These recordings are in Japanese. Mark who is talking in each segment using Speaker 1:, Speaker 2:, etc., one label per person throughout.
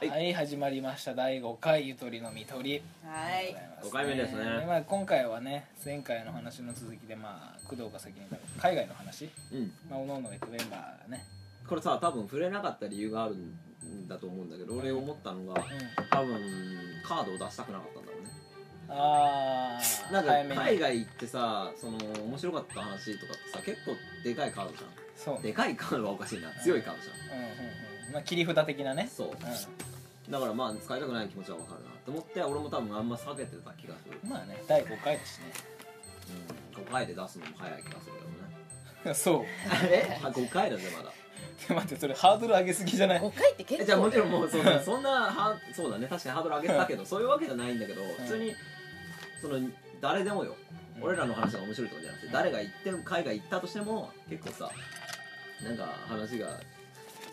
Speaker 1: はい
Speaker 2: はい、始まりました第5回ゆとりのみとり
Speaker 3: は
Speaker 2: でございます
Speaker 1: 五
Speaker 3: い
Speaker 1: 回目ですね
Speaker 2: まあ、今回はね前回の話の続きで、まあ、工藤が先に海外の話、
Speaker 1: うん
Speaker 2: まあ、おのおの行くメンバーがね、
Speaker 1: これさ多分触れなかった理由があるんだと思うんだけど俺思ったのが
Speaker 2: う
Speaker 1: 多分カードを出したくなかったんだろうね
Speaker 2: ん、ああ
Speaker 1: なんか海外行ってさその面白かった話とかってさ結構でかいカードじゃ
Speaker 2: そう、うんんうん
Speaker 1: でかいカードはおかしいな 強いカードじゃん
Speaker 2: うんまあ、切り札的なね
Speaker 1: そうだからまあ使いたくない気持ちはわかるなと思って俺も多分あんま避けてた気がする、
Speaker 2: うん、まあね第5回だし
Speaker 1: うん、5回で出すのも早い気がする
Speaker 2: ね そう
Speaker 1: けどねえあ5回だぜまだ
Speaker 2: で待ってそれハードル上げすぎじゃない
Speaker 3: 5回って結
Speaker 1: え
Speaker 3: 構
Speaker 1: じゃあもちろんもうそうだそんなはそうだね確かにハードル上げてたけどそういうわけじゃないんだけど普通にその誰でもよ
Speaker 2: うん
Speaker 1: 俺らの話が面白いとかじゃなくて
Speaker 2: うん
Speaker 1: 誰が行っても海外行ったとしても結構さなんか話が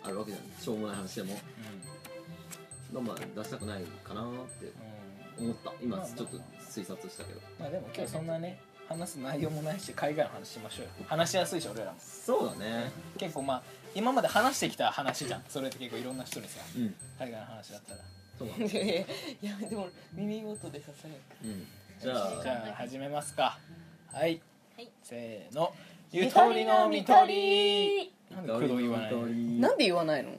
Speaker 1: あるわけじゃんしょうもない話でもまあ出したくないかなって
Speaker 2: うん、うん
Speaker 1: 思った
Speaker 2: ま
Speaker 1: 今
Speaker 2: あまあ
Speaker 1: ちょっと推察したけど
Speaker 2: まあでも今日そんなね話す内容もないし海外の話しましょうよ話しやすいし俺らも
Speaker 1: そうだね
Speaker 2: 結構まあ今まで話してきた話じゃんそれって結構いろんな人にさ
Speaker 1: うん
Speaker 2: 海外の話だったら
Speaker 1: そうだ
Speaker 3: い
Speaker 1: ね
Speaker 3: やいやでも耳元でささやか
Speaker 1: うんじゃあ
Speaker 2: じゃあ始めますかはい、
Speaker 3: はい
Speaker 2: せーの「ゆとりのみとり」なんで工藤言わないの
Speaker 1: な
Speaker 3: なんで言わないの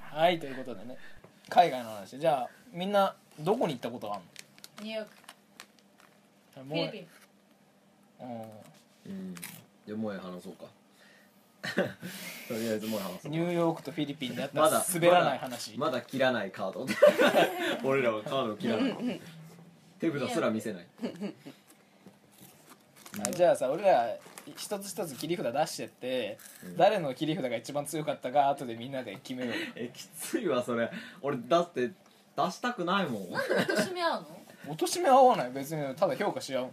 Speaker 2: はいということでね海外の話じゃあみんなどこに行ったことあ
Speaker 4: ニューヨーク
Speaker 2: るの
Speaker 4: フィリピン
Speaker 1: うんじゃあもう話そうか とりあえずもう話そう
Speaker 2: ニューヨークとフィリピンでやった
Speaker 1: まだ
Speaker 2: 滑らない話、
Speaker 1: まだ切らないカード俺らはカード切らない手札すら見せない
Speaker 2: あじゃあさ俺ら一つ一つ切り札出してって、
Speaker 1: うん
Speaker 2: 誰の切り札が一番強かったか後でみんなで決めよう
Speaker 1: えきついわそれ俺だって出したくないもん
Speaker 4: なんで貶め合うの
Speaker 2: 落とし目合わない別にただ評価し合う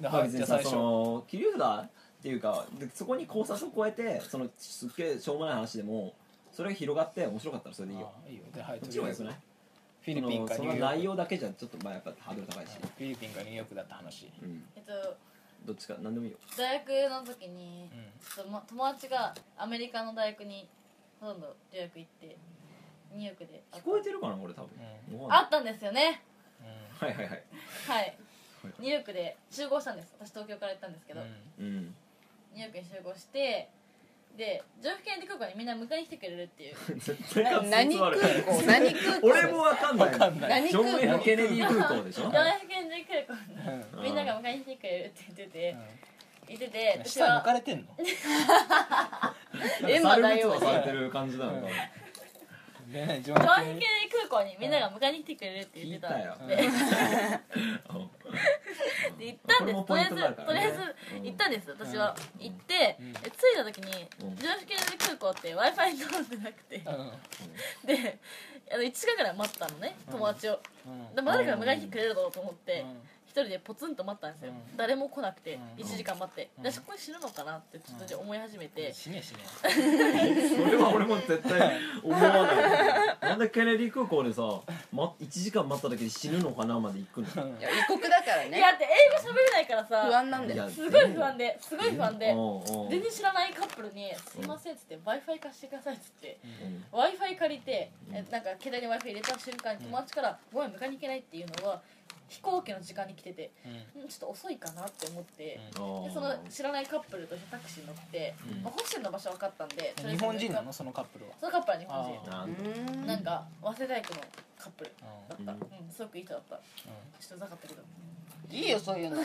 Speaker 2: で入っ
Speaker 1: 別
Speaker 2: て
Speaker 1: に
Speaker 2: 最
Speaker 1: さ
Speaker 2: 初
Speaker 1: その切り札っていうかでそこに考察を超えてそのすっげえしょうもない話でもそれが広がって面白かったらそれでいいよ
Speaker 2: ああいいよで入っ
Speaker 1: こ
Speaker 2: て
Speaker 1: っちの方がよくない
Speaker 2: フィリピンか
Speaker 1: そ
Speaker 2: ニ
Speaker 1: の
Speaker 2: ュ
Speaker 1: そ
Speaker 2: ーヨー
Speaker 1: の内
Speaker 2: ク
Speaker 1: 容だけじゃちょっとまあやっぱハードル高いし、
Speaker 2: フィリピンかニューヨークだった話
Speaker 1: うん、
Speaker 4: えっと
Speaker 1: どっちか何でもいいよ
Speaker 4: 大学の時に
Speaker 2: うん
Speaker 4: ちょっと、ま、友達がアメリカの大学にほとんど留学行ってニューヨークで
Speaker 1: 聞
Speaker 4: 会った
Speaker 1: こえてるかな俺多分、
Speaker 2: う
Speaker 1: わかん
Speaker 4: あ
Speaker 1: ない
Speaker 4: ったんですよね
Speaker 1: はいはいはい
Speaker 4: はい
Speaker 1: はい
Speaker 4: ニューヨークで集合したんです私東京から行ったんですけ
Speaker 2: うん
Speaker 4: ど、
Speaker 1: うん
Speaker 4: ニューヨークに集合してで上府県って空港にみんな迎えに来てくれるっていう
Speaker 1: 絶
Speaker 3: な何空港何空港
Speaker 1: 俺もわかんない
Speaker 2: わかんない
Speaker 3: 何
Speaker 1: ジョン・ F ・ケネディ空港でしょ
Speaker 4: 上府県人空港
Speaker 2: うんうん
Speaker 4: にみんなが迎えに来てくれるって言ってて、言って
Speaker 2: う
Speaker 4: て
Speaker 2: ん
Speaker 4: 私
Speaker 2: 舌抜か
Speaker 4: は
Speaker 2: れてんの
Speaker 3: エマだよ
Speaker 1: 猿滅亡されてる感じなのか
Speaker 2: でね上手
Speaker 4: 上府県空港にみんなが迎えに来てくれるって言
Speaker 1: 聞
Speaker 4: っ
Speaker 1: い
Speaker 4: てた
Speaker 1: たよ
Speaker 2: うん
Speaker 4: で行ったんです、
Speaker 1: こ
Speaker 4: とり
Speaker 1: れ
Speaker 4: あ
Speaker 1: もポイント
Speaker 4: えず、
Speaker 1: になるか
Speaker 4: とり
Speaker 1: ら
Speaker 4: あ
Speaker 1: ね
Speaker 4: えず
Speaker 1: うん
Speaker 4: 行ったんです私は、
Speaker 1: うん
Speaker 4: 行って、
Speaker 2: うん
Speaker 4: え着いた時に、
Speaker 1: うん
Speaker 4: ジョージ・ケネディ空港って w i f i 通ってなくて、
Speaker 2: うん
Speaker 4: であの1時間ぐらい待ったのね
Speaker 2: うん
Speaker 4: 友達を、
Speaker 2: うん
Speaker 4: でまだから迎えに来てくれるだろうと思って、
Speaker 2: うん
Speaker 4: 一人でポツンと待ったんです
Speaker 2: う
Speaker 4: よ、
Speaker 2: ん
Speaker 4: 誰も来なくて、
Speaker 2: うん
Speaker 4: 1時間待って、
Speaker 2: うん
Speaker 4: で私ここに死ぬのかなってちょっと思い始めて、
Speaker 2: 死ね死ね
Speaker 1: それは俺も絶対思わないなんでケネディ空港でさ、ま、1時間待っただけで死ぬのかなまで行くの
Speaker 2: うん
Speaker 3: いや異国だから
Speaker 4: いや
Speaker 3: ね
Speaker 4: だって英語喋れないから
Speaker 3: 不
Speaker 4: さ
Speaker 3: 安なんだよ
Speaker 1: や
Speaker 4: すごい不安ですごい不安で、
Speaker 1: うんうん
Speaker 4: 全然知らないカップルに「すいません」っつって「w i f i 貸してください」っつって
Speaker 1: うん
Speaker 4: w i f i 借りて、
Speaker 1: うん
Speaker 4: えなんか携帯に w i f i 入れた瞬間に友達から「ごめん迎えに行けない」っていうのは飛行機の時間に来てて
Speaker 2: うん
Speaker 4: んちょっと遅いかなって思って、
Speaker 2: うん
Speaker 1: あ
Speaker 4: で
Speaker 1: ー
Speaker 4: その知らないカップルとしてタクシーに乗って、
Speaker 2: うん
Speaker 4: まあ、ホステルの場所分かったんで
Speaker 2: 日本人なの
Speaker 4: そ
Speaker 2: そのカップルは
Speaker 4: のカップルは日本
Speaker 2: あ
Speaker 1: な
Speaker 3: う
Speaker 1: ん
Speaker 3: ー
Speaker 4: 人
Speaker 3: ん
Speaker 4: なんか早稲田大学のカップルだった、
Speaker 1: う
Speaker 4: うんんすごくいい人だったちょ
Speaker 2: う
Speaker 4: っとうざかったけど、
Speaker 3: いいよそういうの
Speaker 4: ま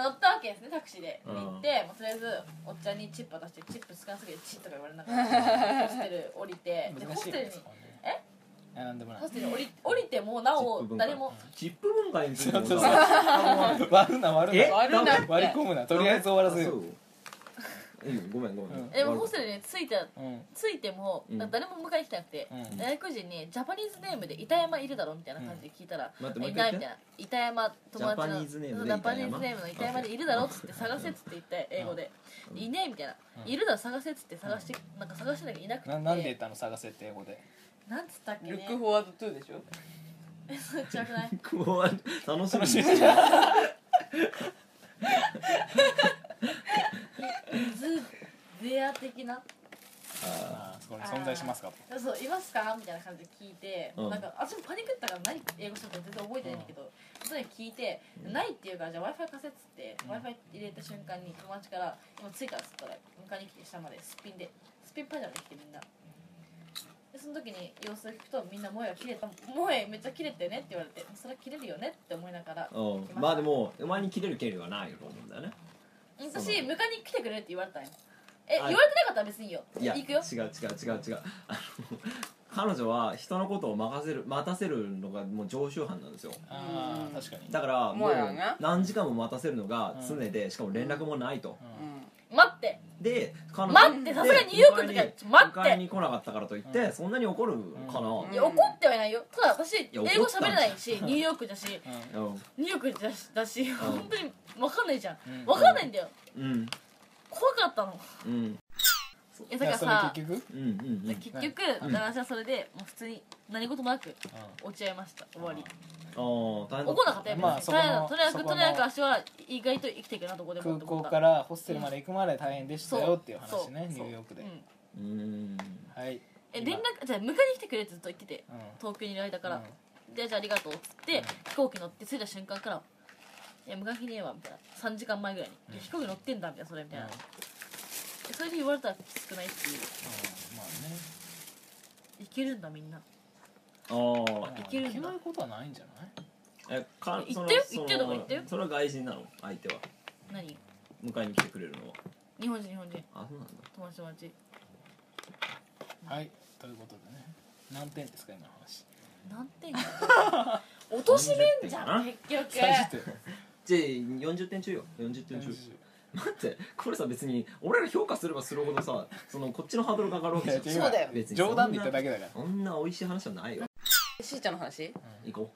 Speaker 4: あ、乗ったわけですねタクシーで
Speaker 1: うん
Speaker 4: 行って、もうとりあえずおっちゃんにチップ渡してチップ少なすぎてチッとか言われながらホステル降りて
Speaker 2: ん
Speaker 4: で
Speaker 2: 難
Speaker 4: ホ
Speaker 2: し
Speaker 4: ス
Speaker 2: い
Speaker 4: テルに
Speaker 2: そこはね
Speaker 4: え
Speaker 2: いやなんでもない
Speaker 4: ホステルに降り降りてもなお誰も
Speaker 1: チップ文化についても
Speaker 2: そうそう
Speaker 1: さ
Speaker 2: 割るな割る
Speaker 1: え
Speaker 2: な
Speaker 3: 悪なって
Speaker 2: 割り込むなとりあえず終わらせ
Speaker 1: そ
Speaker 2: よ
Speaker 1: う
Speaker 2: う
Speaker 1: うんごめんごめん、
Speaker 2: うん
Speaker 4: えでもホステルに着いた
Speaker 2: うん
Speaker 4: 着いても、
Speaker 1: うん
Speaker 4: 誰も迎えに来てなくて、
Speaker 2: うん
Speaker 4: 外国人にジャパニーズネームで板山いるだろみたいな感じで聞いたら、
Speaker 1: 待ってもう
Speaker 4: い
Speaker 1: 一
Speaker 4: な
Speaker 1: 回
Speaker 4: いみ
Speaker 1: 言ったて
Speaker 4: いな板山友達の
Speaker 1: ジャパニーズネームで
Speaker 4: そうジャパニーズネームの板山でいるだろっつって探せっつって言って英語で「
Speaker 1: うん
Speaker 4: いねえ」みたいな
Speaker 2: うん
Speaker 4: 「いるだろ探せ」っつって探してなんか探してないけどいなくて
Speaker 2: ななんで言ったの探せって英語で
Speaker 4: なんつったっけ
Speaker 3: ル
Speaker 4: ね
Speaker 3: ックフォワード2でしょ
Speaker 4: えそれ違くない
Speaker 1: こうあ楽しみに
Speaker 2: しみ
Speaker 1: してる
Speaker 4: ズゼア的な
Speaker 1: あ
Speaker 2: ああそこに存在しますかと
Speaker 4: そういますかみたいな感じで聞いて、
Speaker 1: うん
Speaker 4: なんか私もパニックったから何英語したか全然覚えてないんだけど、それに聞いて、
Speaker 1: うん
Speaker 4: ないっていうからじゃあ w i f i 貸せっつって、
Speaker 2: うん
Speaker 4: w i f i 入れた瞬間に友達から「今着いた」っつったら迎えに来て下までスピンでスピンパジャマで来てみんなでその時に様子を聞くとみんな「萌えは切れた萌えめっちゃ切れてね」って言われて「それは切れるよね」って思いながら
Speaker 1: ーうんまあでもお前に切れる権利はないと思うんだよね
Speaker 4: 私
Speaker 1: そう
Speaker 4: 迎えに来てくれるって言われたんよえ言
Speaker 1: あ
Speaker 4: われてなかったら別にいいよ
Speaker 1: いや
Speaker 4: 行くよ
Speaker 1: 違う違う違う違うあの彼女は人のことを任せる待たせるのがもう常習犯なんですよ
Speaker 2: あ
Speaker 3: うん
Speaker 2: あ確かに
Speaker 1: だからもう
Speaker 3: もうやね
Speaker 1: 何時間も待たせるのが常でしかも連絡もないと
Speaker 2: うん
Speaker 3: う
Speaker 4: 待って
Speaker 1: で彼女
Speaker 4: 待ってさすがにニューヨークの時は
Speaker 1: で
Speaker 4: 待って
Speaker 1: 迎えに来なかったからといってそんなに怒るかな
Speaker 2: うん
Speaker 4: いや怒ってはいないよただ私英
Speaker 1: や怒っ
Speaker 4: 語
Speaker 1: たん
Speaker 4: 喋
Speaker 1: だ
Speaker 4: れないしニューヨークだし
Speaker 2: う
Speaker 1: うん
Speaker 4: ニューヨークだしだし本当に分かんないじゃん
Speaker 2: ん
Speaker 4: 分かんないんだよ
Speaker 1: うん
Speaker 4: 怖かったの
Speaker 1: うん
Speaker 4: いや
Speaker 2: だ
Speaker 4: だ
Speaker 2: か
Speaker 4: からら
Speaker 2: そ
Speaker 4: さ
Speaker 2: れ結局
Speaker 1: うんうんうん
Speaker 4: 結局
Speaker 1: うん
Speaker 4: 私はそれでもう普通に何事もなく
Speaker 2: う
Speaker 4: 落ち合いました終わり
Speaker 1: ああ大変だ
Speaker 4: 怒んなかったよ別
Speaker 2: まあ
Speaker 4: に
Speaker 2: そこの
Speaker 4: 大変だとりあえず
Speaker 2: そこの
Speaker 4: とりあえず私は意外と生きていけるなどこで
Speaker 2: ん
Speaker 4: も
Speaker 2: 空
Speaker 4: って思
Speaker 2: 港
Speaker 4: った
Speaker 2: からホステルまで行くまで大変でした
Speaker 4: そ
Speaker 2: よっていう話ねニ
Speaker 4: そう
Speaker 2: ューヨークで
Speaker 4: うん
Speaker 1: うん
Speaker 2: はい
Speaker 4: え連絡じゃあ迎えに来てくれってずっと言ってて
Speaker 2: うん
Speaker 4: 東京にいる間か
Speaker 2: う
Speaker 4: ら
Speaker 2: ん
Speaker 4: でじゃあありがとうっつって、飛行機乗って着いた瞬間から「いや向かいねえわ」みたいな3時間前ぐらいに「いや飛行機乗ってんだ」みたいなそれみたいな、
Speaker 2: うん
Speaker 4: それで言われたらきつくないっていう
Speaker 2: うんまあね
Speaker 4: いけるんだみんな
Speaker 1: ああ
Speaker 2: まあ
Speaker 4: いけるんだ
Speaker 2: いけないことはないんじゃない
Speaker 1: えか
Speaker 4: 言
Speaker 1: その
Speaker 4: ってよ
Speaker 1: その
Speaker 4: 言ってよとか言ってよ
Speaker 1: それは外人なの相手は
Speaker 4: 何
Speaker 1: 迎えに来てくれるのは
Speaker 4: 日本人日本人
Speaker 1: あそうなんだ
Speaker 4: 友達友達
Speaker 2: はいということでね何点ですか今の話
Speaker 4: なんて言うんだ 貶としめんじゃん結局
Speaker 2: 最終点
Speaker 1: じゃあ40点中よ40点中待ってこれさ別に俺ら評価すればするほどさそのこっちのハードルが上がるわけ
Speaker 2: い
Speaker 1: じ
Speaker 2: や違
Speaker 1: ゃん
Speaker 3: そうだよ
Speaker 1: 別にそんな
Speaker 2: 冗談で言っただけだから
Speaker 1: そんな美味しい話はないよ
Speaker 3: しーちゃんの話
Speaker 1: 行こう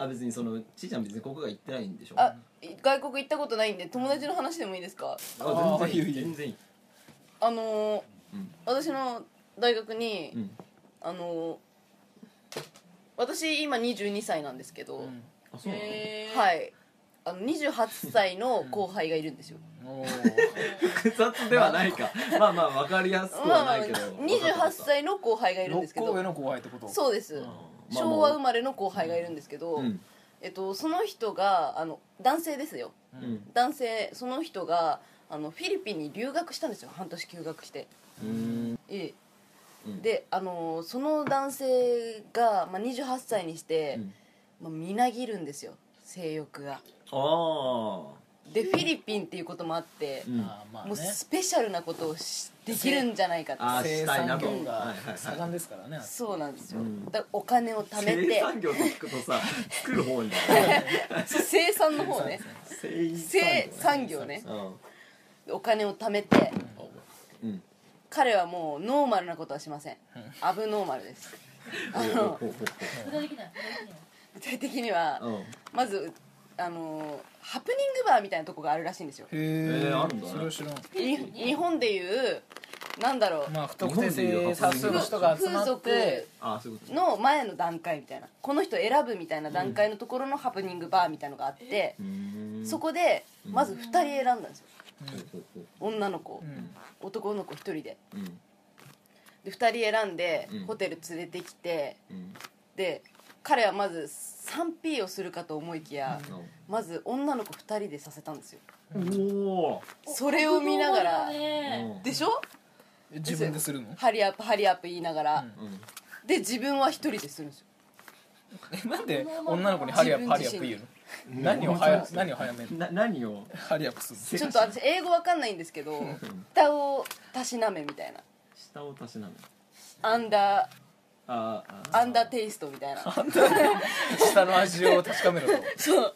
Speaker 1: あ別にそのちーちゃん別にここが行ってないんでしょ
Speaker 3: あ外国行ったことないんで友達の話でもいいですか
Speaker 1: あ全然い
Speaker 2: あーいい
Speaker 1: い
Speaker 2: よいいよ
Speaker 1: 全然いい
Speaker 3: あのー
Speaker 1: うん
Speaker 3: 私の大学に、
Speaker 1: うん
Speaker 3: あのー私今22歳なんですけど、
Speaker 2: うん
Speaker 1: あそうなの
Speaker 3: はいいあの28歳 の後輩がいるんですよ、
Speaker 2: おお
Speaker 1: 複 雑ではないかまあまあ分かりやすく
Speaker 3: まあ
Speaker 1: は
Speaker 3: まあ
Speaker 1: ないけど
Speaker 3: 28歳の後輩がいるんで
Speaker 2: 六
Speaker 3: すけ
Speaker 2: 個
Speaker 3: ど
Speaker 2: 上の後輩ってこと
Speaker 3: そうです、昭和生まれの後輩がいるんですけど、
Speaker 1: うん
Speaker 3: えっと、その人があの男性ですよ
Speaker 2: う
Speaker 1: うん
Speaker 3: 男性その人があのフィリピンに留学したんですよ半年休学して
Speaker 1: うん
Speaker 3: ええ
Speaker 1: うん
Speaker 3: であのその男性が、まあ、28歳にして
Speaker 1: うん
Speaker 3: まあみなぎるんですよ性欲が
Speaker 1: あ
Speaker 3: でフィリピンっていうこともあっ
Speaker 1: あ、
Speaker 3: て
Speaker 1: う、ん、
Speaker 2: あーまあ
Speaker 3: もう
Speaker 2: ね
Speaker 3: スペシャルなことをしできるんじゃないかって
Speaker 1: あー
Speaker 2: 生
Speaker 1: したいな
Speaker 2: 産
Speaker 1: と
Speaker 2: 業
Speaker 1: はい
Speaker 2: が
Speaker 1: はいはい
Speaker 2: 盛んですからね
Speaker 3: そうなんですよ、
Speaker 1: うん
Speaker 3: だからお金を貯め
Speaker 1: 生
Speaker 3: て
Speaker 1: 産業と聞くとさ作る方に
Speaker 3: 生産の方ね
Speaker 1: 生
Speaker 3: 生産業ねお金を貯めて
Speaker 1: うんうん
Speaker 3: 彼はもうノーマルなことはしません
Speaker 2: うん
Speaker 3: アブノーマルですあ
Speaker 1: ほう
Speaker 3: の
Speaker 1: ほうほう
Speaker 4: それはできないそれ
Speaker 3: 具体
Speaker 4: はできない
Speaker 3: 的には
Speaker 1: ほううん
Speaker 3: まずあのハプニングバーみたいなとこがあるらしいんですよ
Speaker 2: へ
Speaker 1: え
Speaker 2: え
Speaker 1: ーあるんだね
Speaker 2: それを知らん
Speaker 3: に日本でいうなんだろう
Speaker 2: まあ不特定性多数の人が集まって
Speaker 1: あそういうことね
Speaker 3: の前の段階みたいなこの人選ぶみたいな段階のところのハプニングバーみたいのがあって
Speaker 1: うーん
Speaker 3: そこでまず2人選んだんですよ
Speaker 1: ほうほうほう
Speaker 3: 女の子を
Speaker 2: うん
Speaker 3: 男の子1人で
Speaker 1: うん
Speaker 3: で2人選んで
Speaker 1: うん
Speaker 3: ホテル連れてきて
Speaker 1: うん
Speaker 3: で彼はまず 3P をするかと思いきやまず女の子2人でさせたんですよ
Speaker 1: おー
Speaker 3: それを見ながら
Speaker 4: そうだね
Speaker 1: うん
Speaker 3: でしょ
Speaker 2: え自分でするの
Speaker 3: ハリアップハリアップ言いながら
Speaker 2: うん
Speaker 1: うん
Speaker 3: で自分は1人でするんですよ
Speaker 2: えなんで女の子にハリアップハリアップ言うの何を早何を早める
Speaker 1: な何を
Speaker 2: ハリアップする
Speaker 3: ちょっと私英語わかんないんですけど蓋をたしなめみたいな
Speaker 1: 下を足しなの
Speaker 3: アンダ
Speaker 1: あ
Speaker 3: ー
Speaker 1: あ
Speaker 3: アンダーテイストみたいな
Speaker 2: の下の味を確かめろと
Speaker 3: そう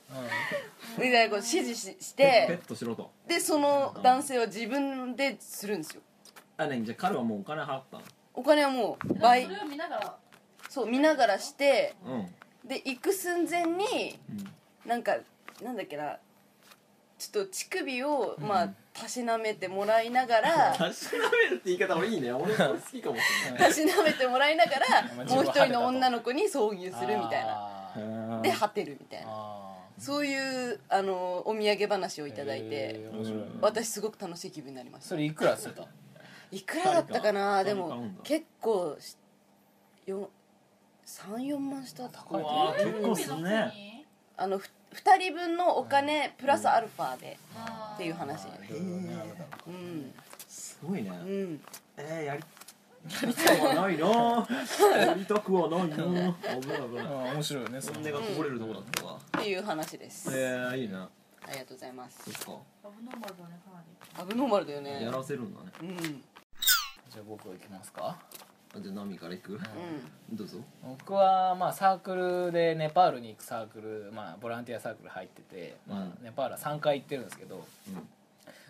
Speaker 3: みたいなこと指示しし
Speaker 1: ペッ
Speaker 3: て
Speaker 1: トしろと
Speaker 3: でその男性は自分でするんですよ
Speaker 1: あねじゃあ彼はもうお金払ったの
Speaker 3: お金はもう
Speaker 4: それ
Speaker 3: 倍
Speaker 4: を見ながら
Speaker 3: そう見ながらして
Speaker 1: うん、
Speaker 3: で行く寸前に
Speaker 1: うん、
Speaker 3: なんかなんだっけなちょっと乳首を
Speaker 2: うん
Speaker 3: まあたしなめてもらいな がら
Speaker 1: 確かめるって言い方もいいね俺も好きかもしれない
Speaker 3: たしなめてもらいながら
Speaker 2: まあ
Speaker 3: もう一人の女の子に遭
Speaker 2: す
Speaker 3: 遇するみたいな
Speaker 1: へー
Speaker 3: で果てるみたいな
Speaker 2: あ
Speaker 3: そういうあのお土産話を
Speaker 2: ー
Speaker 3: いただいて
Speaker 2: へー面白い
Speaker 1: うん
Speaker 3: 私すごく楽しい気分になりました
Speaker 2: それいくらするた
Speaker 3: いくらだったかな
Speaker 1: 二人か二
Speaker 3: で
Speaker 1: 人買う
Speaker 3: も
Speaker 1: んだ
Speaker 3: 結構34万した
Speaker 2: 高い
Speaker 1: わー結構っす
Speaker 4: 海の
Speaker 1: ね
Speaker 4: 国
Speaker 3: あのふ2人分のお金プラスアルファで
Speaker 4: あー
Speaker 3: っていう話
Speaker 2: まあいろいろねあるだろ
Speaker 3: うん
Speaker 1: すごいね
Speaker 3: うん
Speaker 1: えー、やりやりたくはない なやりたくはないな危ない危
Speaker 2: う
Speaker 1: ない
Speaker 2: うん面白いよねそ
Speaker 1: 本
Speaker 2: の
Speaker 1: 音がこぼれるとこだったわ
Speaker 3: っていう話です
Speaker 1: えー、いいな
Speaker 3: ありがとうございます
Speaker 1: そっか
Speaker 4: アブノーマルだねかなり
Speaker 3: アブノーマルだよね
Speaker 1: やらせるんだね
Speaker 3: うんうん
Speaker 2: じゃあ僕行きますか
Speaker 1: あじゃあナミから行くどうぞ
Speaker 2: 僕はまあサークルでネパールに行くサークル、まあ、ボランティアサークル入ってて、ま
Speaker 1: う
Speaker 2: あ、ネパールは3回行ってるんですけど、
Speaker 1: うん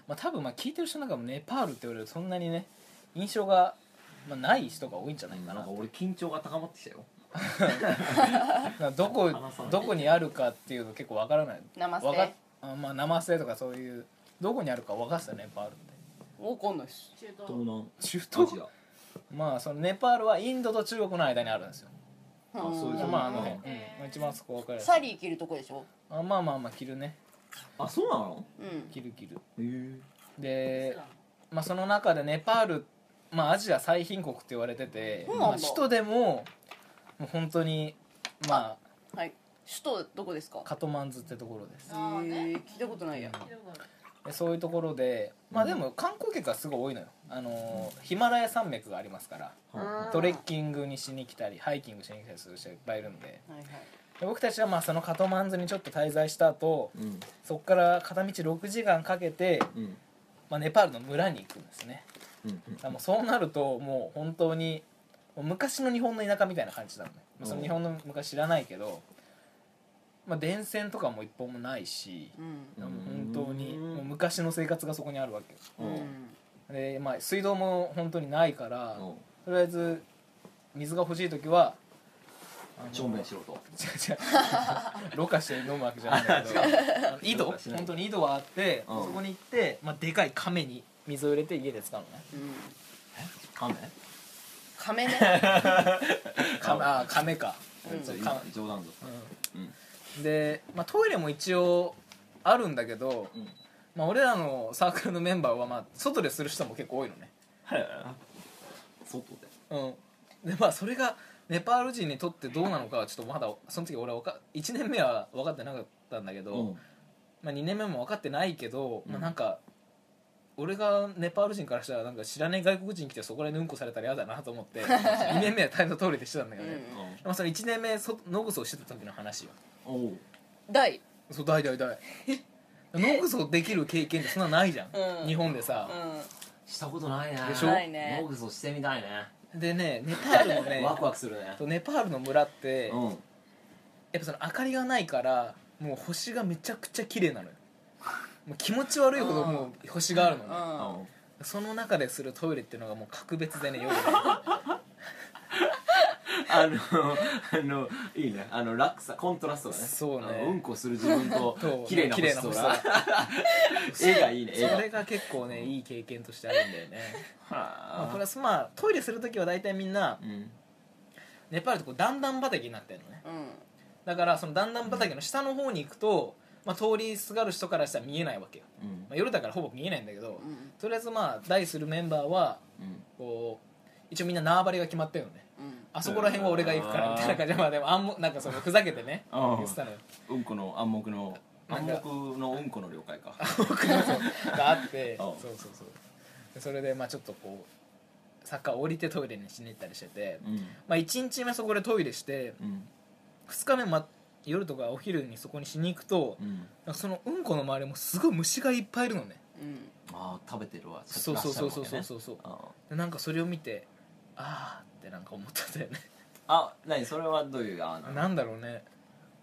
Speaker 2: まあ、多分まあ聞いてる人の中もネパールって言われるとそんなにね印象が、まあ、ない人が多いんじゃないか
Speaker 1: なん
Speaker 2: な
Speaker 1: か俺緊張が高まってきたよ
Speaker 2: なんかどこ
Speaker 1: 話さない
Speaker 2: どこにあるかっていうの結構わからない
Speaker 3: ナマス
Speaker 2: わか
Speaker 3: テ
Speaker 2: あまあ生瀬とかそういうどこにあるか分かってたネパールって
Speaker 3: わかんないっす
Speaker 4: 中東
Speaker 1: 東南
Speaker 2: 中
Speaker 1: ア
Speaker 2: 東
Speaker 1: ジア
Speaker 2: まあそのネパールはインドと中国の間にあるんですよ
Speaker 1: あそうです
Speaker 2: まああの辺、うん
Speaker 4: へー
Speaker 2: まあ一番そこ分かる
Speaker 3: サリー着るとこでしょ
Speaker 2: あまあまあまあ着るね
Speaker 1: あそうなの
Speaker 3: うん
Speaker 2: 着る着る
Speaker 1: へえ
Speaker 2: で、まあ、その中でネパール、まあ、アジア最貧国って言われてて、
Speaker 3: そうなんだ
Speaker 2: まあ、首都でももう本当にま
Speaker 3: はい首都どこですか
Speaker 2: あカトマンズってところです
Speaker 3: えー、聞いたことないや
Speaker 4: 聞いたことある
Speaker 2: でそういうところで、まあ、でも観光客がすごい多いのよあのーヒマラヤ山脈がありますから
Speaker 1: は
Speaker 2: トレッキングにしに来たりハイキングしに来たりする人がいっぱいいるんで
Speaker 3: はいはい
Speaker 2: で僕たちはまあそのカトマンズにちょっと滞在した後
Speaker 1: うん
Speaker 2: そこから片道6時間かけて、
Speaker 1: うん
Speaker 2: まあ、ネパールの村に行くんですね
Speaker 1: うん
Speaker 2: だからもうそうなるともう本当にもう昔の日本の田舎みたいな感じだもんね、まあその日本の昔知らないけど、まあ、電線とかも一本もないし、
Speaker 3: うん
Speaker 1: うん
Speaker 2: もう本当に
Speaker 1: うん
Speaker 2: もう昔の生活がそこにあるわけよ
Speaker 1: う
Speaker 3: うんん
Speaker 2: で、まあ、水道も本当にないから
Speaker 1: うん
Speaker 2: とりあえず水が欲しい時はあの
Speaker 1: 証明しろと
Speaker 2: 違う違うろ過して飲むわけじゃないんだけ どあの井戸
Speaker 1: ろ過しない
Speaker 2: 本当に井戸はあって
Speaker 1: うん
Speaker 2: そこに行って、まあ、でかい亀に水を入れて家で使うのね
Speaker 3: うん
Speaker 1: カメ
Speaker 3: 亀ね
Speaker 2: 亀あ亀か、
Speaker 3: うん
Speaker 2: そう
Speaker 1: 今
Speaker 2: 亀
Speaker 1: 冗談だうん
Speaker 2: で、まあ、トイレも一応あるんだけど、
Speaker 1: うん
Speaker 2: まあ、俺らのサークルのメンバーは、まあ、外でする人も結構多いのね、
Speaker 1: 外で
Speaker 2: うん、でまあそれがネパール人にとってどうなのかはちょっとまだその時俺はわか1年目は分かってなかったんだけど、まあ、2年目も分かってないけど、
Speaker 1: うん
Speaker 2: まあ、なんか俺がネパール人からしたらなんか知らない外国人来てそこら辺にうんこされたら嫌だなと思って2年目は大変な通りでしてたんだけどね、
Speaker 3: うん
Speaker 2: まあ、その1年目そノグソをしてた時の話よ
Speaker 1: おお
Speaker 3: 大
Speaker 2: そう大大大 ノグソできる経験ってそんなないじゃん、
Speaker 3: うん
Speaker 2: 日本でさ
Speaker 3: う、ん
Speaker 1: したことないね
Speaker 2: でしょ
Speaker 3: ないね
Speaker 1: ノグソしてみたいね
Speaker 2: でねネパールの ね
Speaker 1: ワクワクするね
Speaker 2: とネパールの村って、
Speaker 1: う
Speaker 2: やっ
Speaker 1: ん
Speaker 2: ぱその明かりがないからもう星がめちゃくちゃ綺麗なのよもう気持ち悪いほどもう星があるのね、
Speaker 3: うん
Speaker 2: その中でするトイレっていうのがもう格別でね夜ね
Speaker 1: あのあのいいねあの落差コントラストだね
Speaker 2: そうね
Speaker 1: あのうんこする自分と
Speaker 2: と
Speaker 1: 綺麗な星
Speaker 2: 綺
Speaker 1: 空
Speaker 2: 麗な
Speaker 1: 絵がいいね絵
Speaker 2: そ
Speaker 1: が
Speaker 2: れが結構ねいい経験としてあるんだよね、まあ、
Speaker 1: は
Speaker 2: プラスまあトイレする時は大体みんな
Speaker 1: うん
Speaker 2: ネパールってこう段々畑になってるのね
Speaker 3: うん
Speaker 2: だからその段々畑の下の方に行くと、まあ、通りすがる人からしたら見えないわけよ、
Speaker 1: うん
Speaker 2: まあ、夜だからほぼ見えないんだけど、
Speaker 3: うん
Speaker 2: とりあえずまあ大するメンバーは
Speaker 1: うん
Speaker 2: こう一応みんな縄張りが決まってるのね
Speaker 3: うん
Speaker 2: あそこら辺は俺が行くからみたいな感じでまあでもあんもなんかそのふざけてね
Speaker 1: うん
Speaker 2: 言ってたのよ
Speaker 1: うんこの暗黙の
Speaker 2: なん
Speaker 1: 暗
Speaker 2: か
Speaker 1: 黙のうんこの了解か
Speaker 2: があって
Speaker 1: あ
Speaker 2: そうそうそうでそれでまあちょっとこう坂降りてトイレにしに行ったりしてて、
Speaker 1: うん
Speaker 2: まあ、1日目そこでトイレして
Speaker 1: うん
Speaker 2: 2日目、ま、夜とかお昼にそこにしに行くと、
Speaker 1: うん
Speaker 2: なんかそのうんこの周りもすごい虫がいっぱいいるのね
Speaker 3: うん
Speaker 1: ああ食べてるわ
Speaker 2: そうそうそうそうそう
Speaker 1: う
Speaker 2: そうそうでなんかそれを見てああってなんか思ったんだよね
Speaker 1: あ何それはどういうあ
Speaker 2: なんだろうね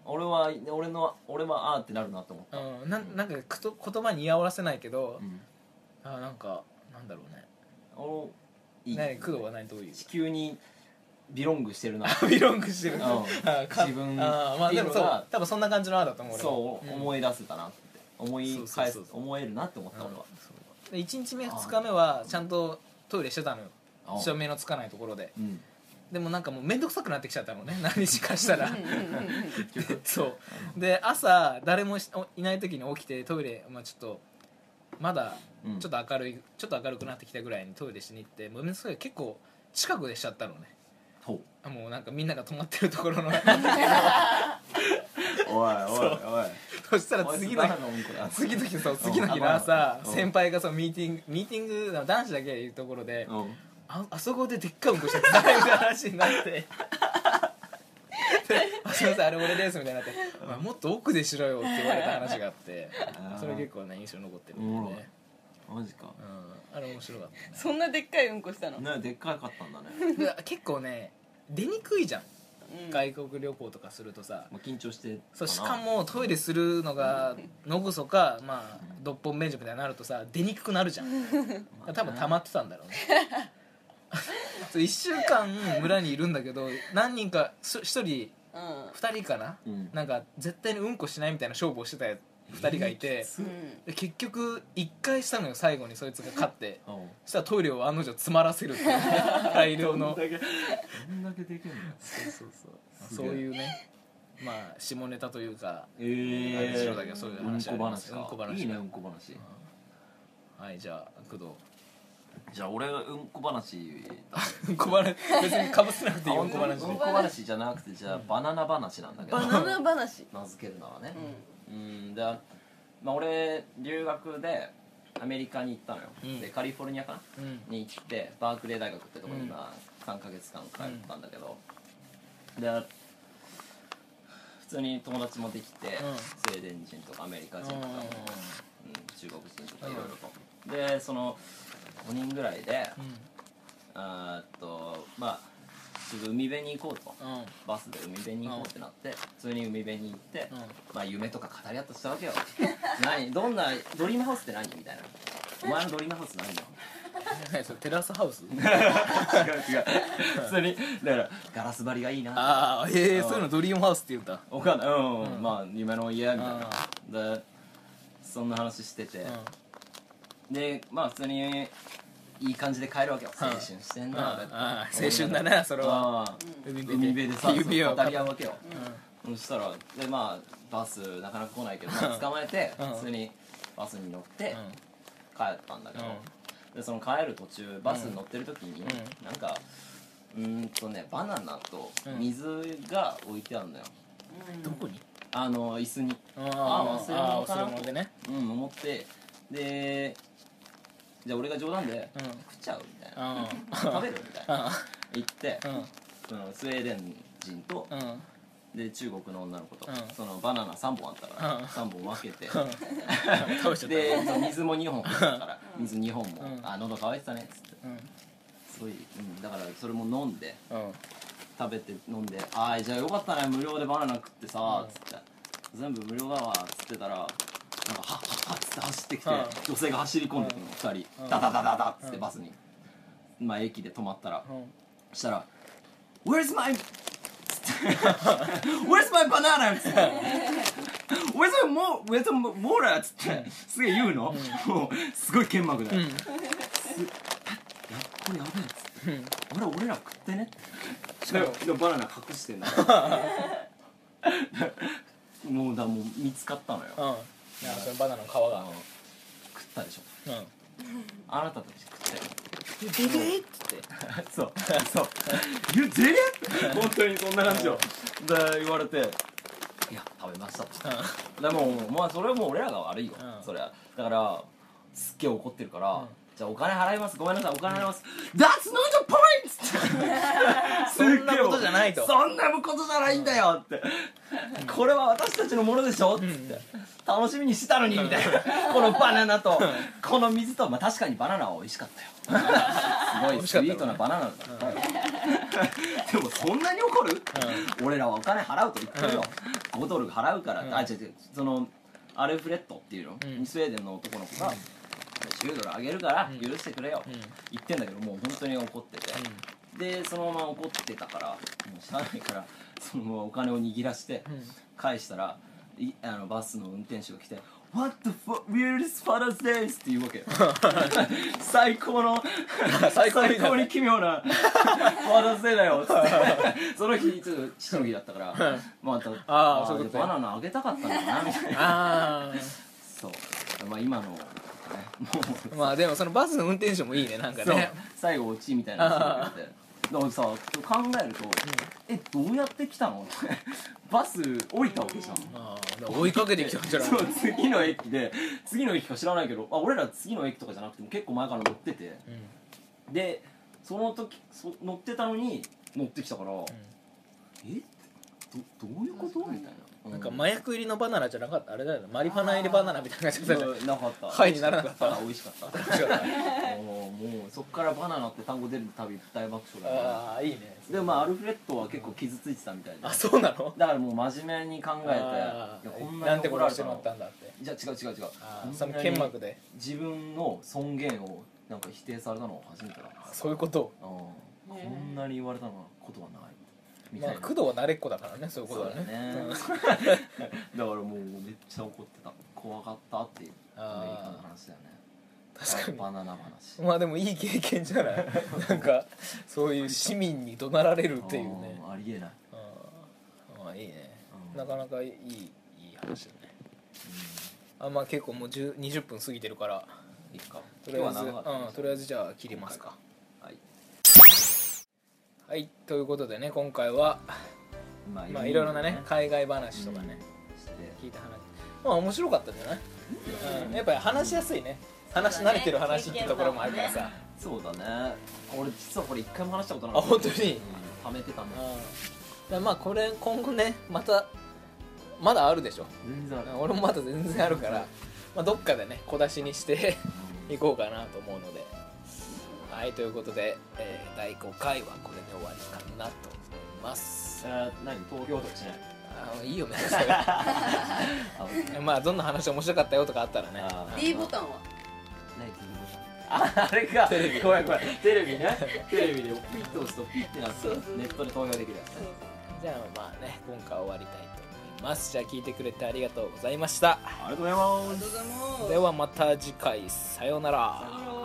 Speaker 1: 俺は俺の俺はあーってなるなと思
Speaker 2: うん、なんなんかくと言葉に居合わせないけど
Speaker 1: う、うん
Speaker 2: あなんかなんだろうね
Speaker 1: 俺いい
Speaker 2: ね工藤は何どういう
Speaker 1: 地球にビロングしてるな
Speaker 2: ビロングしてる
Speaker 1: うん
Speaker 2: あか
Speaker 1: 自分
Speaker 2: あまあでも
Speaker 1: って
Speaker 2: そ
Speaker 1: いうのが
Speaker 2: う多分そんな感じのあだと思う 俺
Speaker 1: そう、
Speaker 2: ん
Speaker 1: 思い出せたなって思い返す
Speaker 2: そうそうそうそう
Speaker 1: 思えるなって思っ
Speaker 2: うん
Speaker 1: た俺は、
Speaker 2: で1日目2日目はちゃんとトイレしてたのよ
Speaker 1: あ
Speaker 2: 照明のつかないところで
Speaker 1: うん
Speaker 2: でもなんかもう面倒くさくなってきちゃったの ね何日かしたら
Speaker 3: うんうんうんうん
Speaker 1: 結局
Speaker 2: そうで朝誰もしおいない時に起きてトイレ、まあ、ちょっとまだ
Speaker 1: うん
Speaker 2: ちょっと明るいちょっと明るくなってきたぐらいにトイレしに行ってもう面倒くさい結構近くでしちゃったのね
Speaker 1: ほう
Speaker 2: あもうなんかみんなが止まってるとこ ろの
Speaker 1: おいおい
Speaker 2: そしたら
Speaker 1: おい
Speaker 2: 次の日
Speaker 1: おいつまらんなうんこ
Speaker 2: 次の日そう次の日の朝先輩がそうミーティングミーティングの男子だけいるところで
Speaker 1: だうん
Speaker 2: ああそこででっかいうんこしてたみたいな話になって であすいませんあれ俺ですみたいになってお前もっと奥でしろよって言われた話があって
Speaker 1: あー
Speaker 2: それ結構ね印象に残ってるんでね、
Speaker 1: マジか
Speaker 2: うん、あれ面白かった
Speaker 3: そんなでっかいうんこしたの、
Speaker 1: ねでっかかった んだね
Speaker 2: いや結構ね出にくいじゃん
Speaker 3: うん
Speaker 2: 外国旅行とかするとさ
Speaker 1: まあ緊張して
Speaker 2: そう
Speaker 1: な
Speaker 2: しかもトイレするのがのぐそかまあ六本免除みたいになるとさ出にくくなるじゃん多分溜まってたんだろうね そう1週間村にいるんだけど何人か1人2
Speaker 3: うん
Speaker 2: 人かな、
Speaker 1: うん
Speaker 2: なんか絶対にうんこしないみたいな勝負をしてた2人がいて、
Speaker 3: うん
Speaker 2: で結局1回したのよ最後にそいつが勝って
Speaker 1: うん
Speaker 2: そしたらトイレを案の定詰まらせる っていう大量の
Speaker 1: どんだけどんだけできるの
Speaker 2: そうそうそう
Speaker 1: す
Speaker 2: そう
Speaker 1: げえ
Speaker 2: いうねまあ下ネタというか
Speaker 1: え
Speaker 2: あれしろだ
Speaker 1: ー
Speaker 2: けどそういう
Speaker 1: うん
Speaker 2: 話あ
Speaker 1: こ
Speaker 2: ります
Speaker 1: 話
Speaker 2: よ
Speaker 1: か
Speaker 2: うんこ話
Speaker 1: いいねうんこ話
Speaker 2: はいじゃあ工藤
Speaker 1: じゃあ俺うんこ話だ
Speaker 2: うんこ話別にかぶせなくていい
Speaker 1: あ
Speaker 2: うんこ話
Speaker 1: うんこ話じゃなくてじゃあバナナ話なんだけど
Speaker 3: バナナ話
Speaker 1: 名付けるならねうんで、まあ、俺留学でアメリカに行ったのよ、
Speaker 2: うん
Speaker 1: でカリフォルニアかな
Speaker 2: うん
Speaker 1: に行ってバークレー大学ってとこに今3ヶ月間通ったんだけど、で普通に友達もできて、スウェーデン人とかアメリカ人とかも、うん中国人とかいろいろと、でその5人ぐらいで、あーっとまあちょっと海辺に行こうと、
Speaker 2: うんうん
Speaker 1: バスで海辺に行こうってなって、普通に海辺に行って、
Speaker 2: うん
Speaker 1: まあ夢とか語り合ったしたわけよ 何どんなドリームハウスって何みたいなお前のドリームハウス何よ
Speaker 2: 何それテラスハウス
Speaker 1: 違う違う普通にだからガラス張りがいいな
Speaker 2: ああええそういうのドリームハウスって言うんだ
Speaker 1: おかんないうん、
Speaker 2: うん
Speaker 1: まあ夢の家みた
Speaker 2: あ
Speaker 1: いなでそんな話してて、
Speaker 2: う
Speaker 1: でまあ普通にいい感じで帰るわけよ
Speaker 2: うん
Speaker 1: 青春してん
Speaker 2: ん
Speaker 1: な、
Speaker 2: ああ青春だなそれは
Speaker 1: ああ
Speaker 2: 海
Speaker 1: 海辺でさ
Speaker 2: 指
Speaker 1: そう
Speaker 2: を
Speaker 1: 語
Speaker 2: 語
Speaker 1: り
Speaker 2: り
Speaker 1: 合
Speaker 2: 合
Speaker 1: う
Speaker 2: う
Speaker 1: わけよ、そしたらでまあバスなかなか来ないけど、まあ、捕まえて
Speaker 2: うん
Speaker 1: 普通にバスに乗って帰ったんだけど、でその帰る途中バスに乗ってる時に、
Speaker 2: ん
Speaker 1: なんかうーんとねバナナと
Speaker 2: うん
Speaker 1: 水が置いてあるのよ、
Speaker 2: どこに
Speaker 1: あの椅子に
Speaker 2: あ
Speaker 1: あ忘れ物
Speaker 2: あ
Speaker 1: かな
Speaker 2: 忘れ物でね
Speaker 1: うん思ってでじゃあ俺が冗談で
Speaker 2: うん
Speaker 1: 「食っちゃう?」みたいな
Speaker 2: あ
Speaker 1: 「食べる?」みたいな
Speaker 2: あ
Speaker 1: 言って、
Speaker 2: うん
Speaker 1: そのスウェーデン人と、
Speaker 2: うんうん
Speaker 1: で中国の女の子と、
Speaker 2: うん
Speaker 1: そのバナナ3本あったから、
Speaker 2: うん
Speaker 1: 3本分けて、
Speaker 2: 倒しちゃった
Speaker 1: で水も2本だから水2本も、
Speaker 2: うん
Speaker 1: あ喉乾いてたねっつって
Speaker 2: うん
Speaker 1: すごい、うん、だからそれも飲んで
Speaker 2: うん
Speaker 1: 食べて飲んで「ああじゃあよかったね無料でバナナ食ってさ」
Speaker 2: うん
Speaker 1: つって、全部無料だわ」っつってたらなんか「はっはっは」っつって走ってきて、
Speaker 2: うん
Speaker 1: 女性が走り込んでくるの2人、
Speaker 2: うん
Speaker 1: ダダダダダっつって
Speaker 2: うん
Speaker 1: バスに、まあ駅で止まったら、
Speaker 2: うん
Speaker 1: そしたら「Where's my...」Where's my banana? っつって「Where's my more? Where's my more?」っつってすげえ言うの、もうすごい剣幕だよ、
Speaker 2: うん
Speaker 1: すあやこれやべえっつって、あれ俺ら食ってね
Speaker 2: かも
Speaker 1: ででもバナナ隠してんだからもうだもう見つかったのよ、
Speaker 2: うんなんかそのバナナの皮が
Speaker 1: あの食ったでしょ
Speaker 2: うん
Speaker 1: あなたたち食ったよ
Speaker 2: でででっつって
Speaker 1: そうそう「ゆゼレ?」 本当にそんな感じをで言われて「いや食べました」ってでもまあそれはもう俺らが悪いよ、
Speaker 2: うん
Speaker 1: そりゃだからすっげえ怒ってるから、
Speaker 2: ん
Speaker 1: じゃあお金払いますごめんなさいお金払います、That's not the point!
Speaker 2: そんなことじゃないと
Speaker 1: そんなことじゃないんだよって、これは私たちのものでしょっつって、楽しみにしてたのにみたい な、このバナナと、 この水とまあ確かにバナナは美味しかったよすごいスイートなバナナだった、 でもそんなに怒る
Speaker 2: う
Speaker 1: 俺らはお金払うと言ってるよ、5ドル払うから、
Speaker 2: うん
Speaker 1: あ違う違うそのアルフレッドっていうの、
Speaker 2: うん
Speaker 1: スウェーデンの男の子が、10ドルあげるから
Speaker 2: うん
Speaker 1: 許してくれよ、
Speaker 2: んうん
Speaker 1: 言ってんだけどもう本当に怒ってて、でそのまま怒ってたからもうしゃあないから そのままお金を握らして
Speaker 2: うん
Speaker 1: 返したら、いあのバスの運転手が来て「What the fuck weirdest father's day」って言 うわけよ最高の
Speaker 2: 最高に
Speaker 1: 最に奇妙な father's day だよっつって その日ちょっと父の日だったから
Speaker 2: うん
Speaker 1: また
Speaker 2: あー
Speaker 1: ー
Speaker 2: そういうことね
Speaker 1: バナナあげたかったのかなみたいな
Speaker 2: あ
Speaker 1: そうまあ今のねもう
Speaker 2: あまあでもそのバスの運転手もいいねなんか
Speaker 1: そう
Speaker 2: ね
Speaker 1: 最後落ちみたいな話になってでもさ考えると、えどうやって来たの ってバス降りたわけじゃん、
Speaker 2: ああだから追いかけてきたんじゃない
Speaker 1: そう次の駅で次の駅か知らないけどあ俺ら次の駅とかじゃなくても結構前から乗ってて
Speaker 2: うん
Speaker 1: でその時そ乗ってたのに乗ってきたから、えどどういうことみたいな
Speaker 2: なんか
Speaker 1: 前
Speaker 2: 麻薬入りのバナナじゃなかったあれだよねマリファナ入りバナナみたいな感じだったじゃん
Speaker 1: なかった
Speaker 2: はいにならなかった
Speaker 1: 美味しかったもうもうそっからバナナって単語出るたび大爆笑だね
Speaker 2: ああいいね
Speaker 1: でもまあアルフレッドは結構傷ついてたみたいで
Speaker 2: あそうなの
Speaker 1: だからもう真面目に考えてい
Speaker 2: あ
Speaker 1: や
Speaker 2: あ
Speaker 1: こん
Speaker 2: な
Speaker 1: なんに
Speaker 2: て
Speaker 1: 怒
Speaker 2: こ
Speaker 1: ら
Speaker 2: と
Speaker 1: れ
Speaker 2: して
Speaker 1: た
Speaker 2: ま
Speaker 1: の
Speaker 2: ったんだって
Speaker 1: じゃあ違う違う違
Speaker 2: あ
Speaker 1: うこん
Speaker 2: あ
Speaker 1: な
Speaker 2: その剣幕で
Speaker 1: 自分の尊厳をなんか否定されたのは初めてだな
Speaker 2: あそういうこと
Speaker 1: うんこ
Speaker 3: ね
Speaker 1: んなに言われたのはことはないみ
Speaker 2: ま
Speaker 1: た
Speaker 2: あ
Speaker 1: いな、
Speaker 2: 工藤は慣れっこだからねそういうこ
Speaker 1: そ
Speaker 2: と
Speaker 1: う
Speaker 2: は
Speaker 1: だ
Speaker 2: ね
Speaker 1: ねだからもうめっちゃ怒ってた怖かったっていう
Speaker 2: あー
Speaker 1: の話だよね
Speaker 2: 確かに
Speaker 1: バナナ話
Speaker 2: まあでもいい経験じゃ ないなんかそういう市民に怒鳴られるっていうね
Speaker 1: んありえない
Speaker 2: ああまあいいね
Speaker 1: うん
Speaker 2: なかなかいいいい話だねあまあ結構もう10 20分過ぎてるから
Speaker 1: うんいいか
Speaker 2: とりあえず、
Speaker 1: 今日は長かった
Speaker 2: うん、とりあえずじゃあ切りますか
Speaker 1: はい
Speaker 2: はいということでね今回は
Speaker 1: ま
Speaker 2: まあいろいろなね海外話と
Speaker 1: と
Speaker 2: か
Speaker 1: か
Speaker 2: ね
Speaker 1: ね、して
Speaker 2: 聞いた話まあ面白かったんじゃない、うん、やっぱり話しやすいね話慣れてる話ってところもあるからさ、
Speaker 1: そうだね俺実はこれ一回も話したことな
Speaker 2: あ
Speaker 1: かった
Speaker 2: 本当に
Speaker 1: うん、貯めてたん
Speaker 2: うん
Speaker 1: だ
Speaker 2: だからまあこれ今後ねまたまだあるでしょ
Speaker 1: 全然ある、
Speaker 2: 俺もまだ全然あるから、まあ、どっかでね小出しにして
Speaker 1: うん
Speaker 2: いこうかなと思うのではいということで、えー第5回はこれで終わりかなと思います
Speaker 1: えー、何投票とかしない
Speaker 2: あいいよねそ れ
Speaker 1: あ
Speaker 2: まあどんな話面白かったよとかあったらね
Speaker 1: あー
Speaker 3: D ボタンは
Speaker 1: 何 D ボタンああれか
Speaker 2: テレビ
Speaker 1: 怖い怖いテレビねテレビでピッと押すとピッてなってネットで投票できるやつね
Speaker 2: じゃあまあね今回は終わりたいと思いますじゃあ聞いてくれてありがとうございました
Speaker 1: ありがとうございます
Speaker 3: ありがとうございます
Speaker 2: ではまた次回さようなら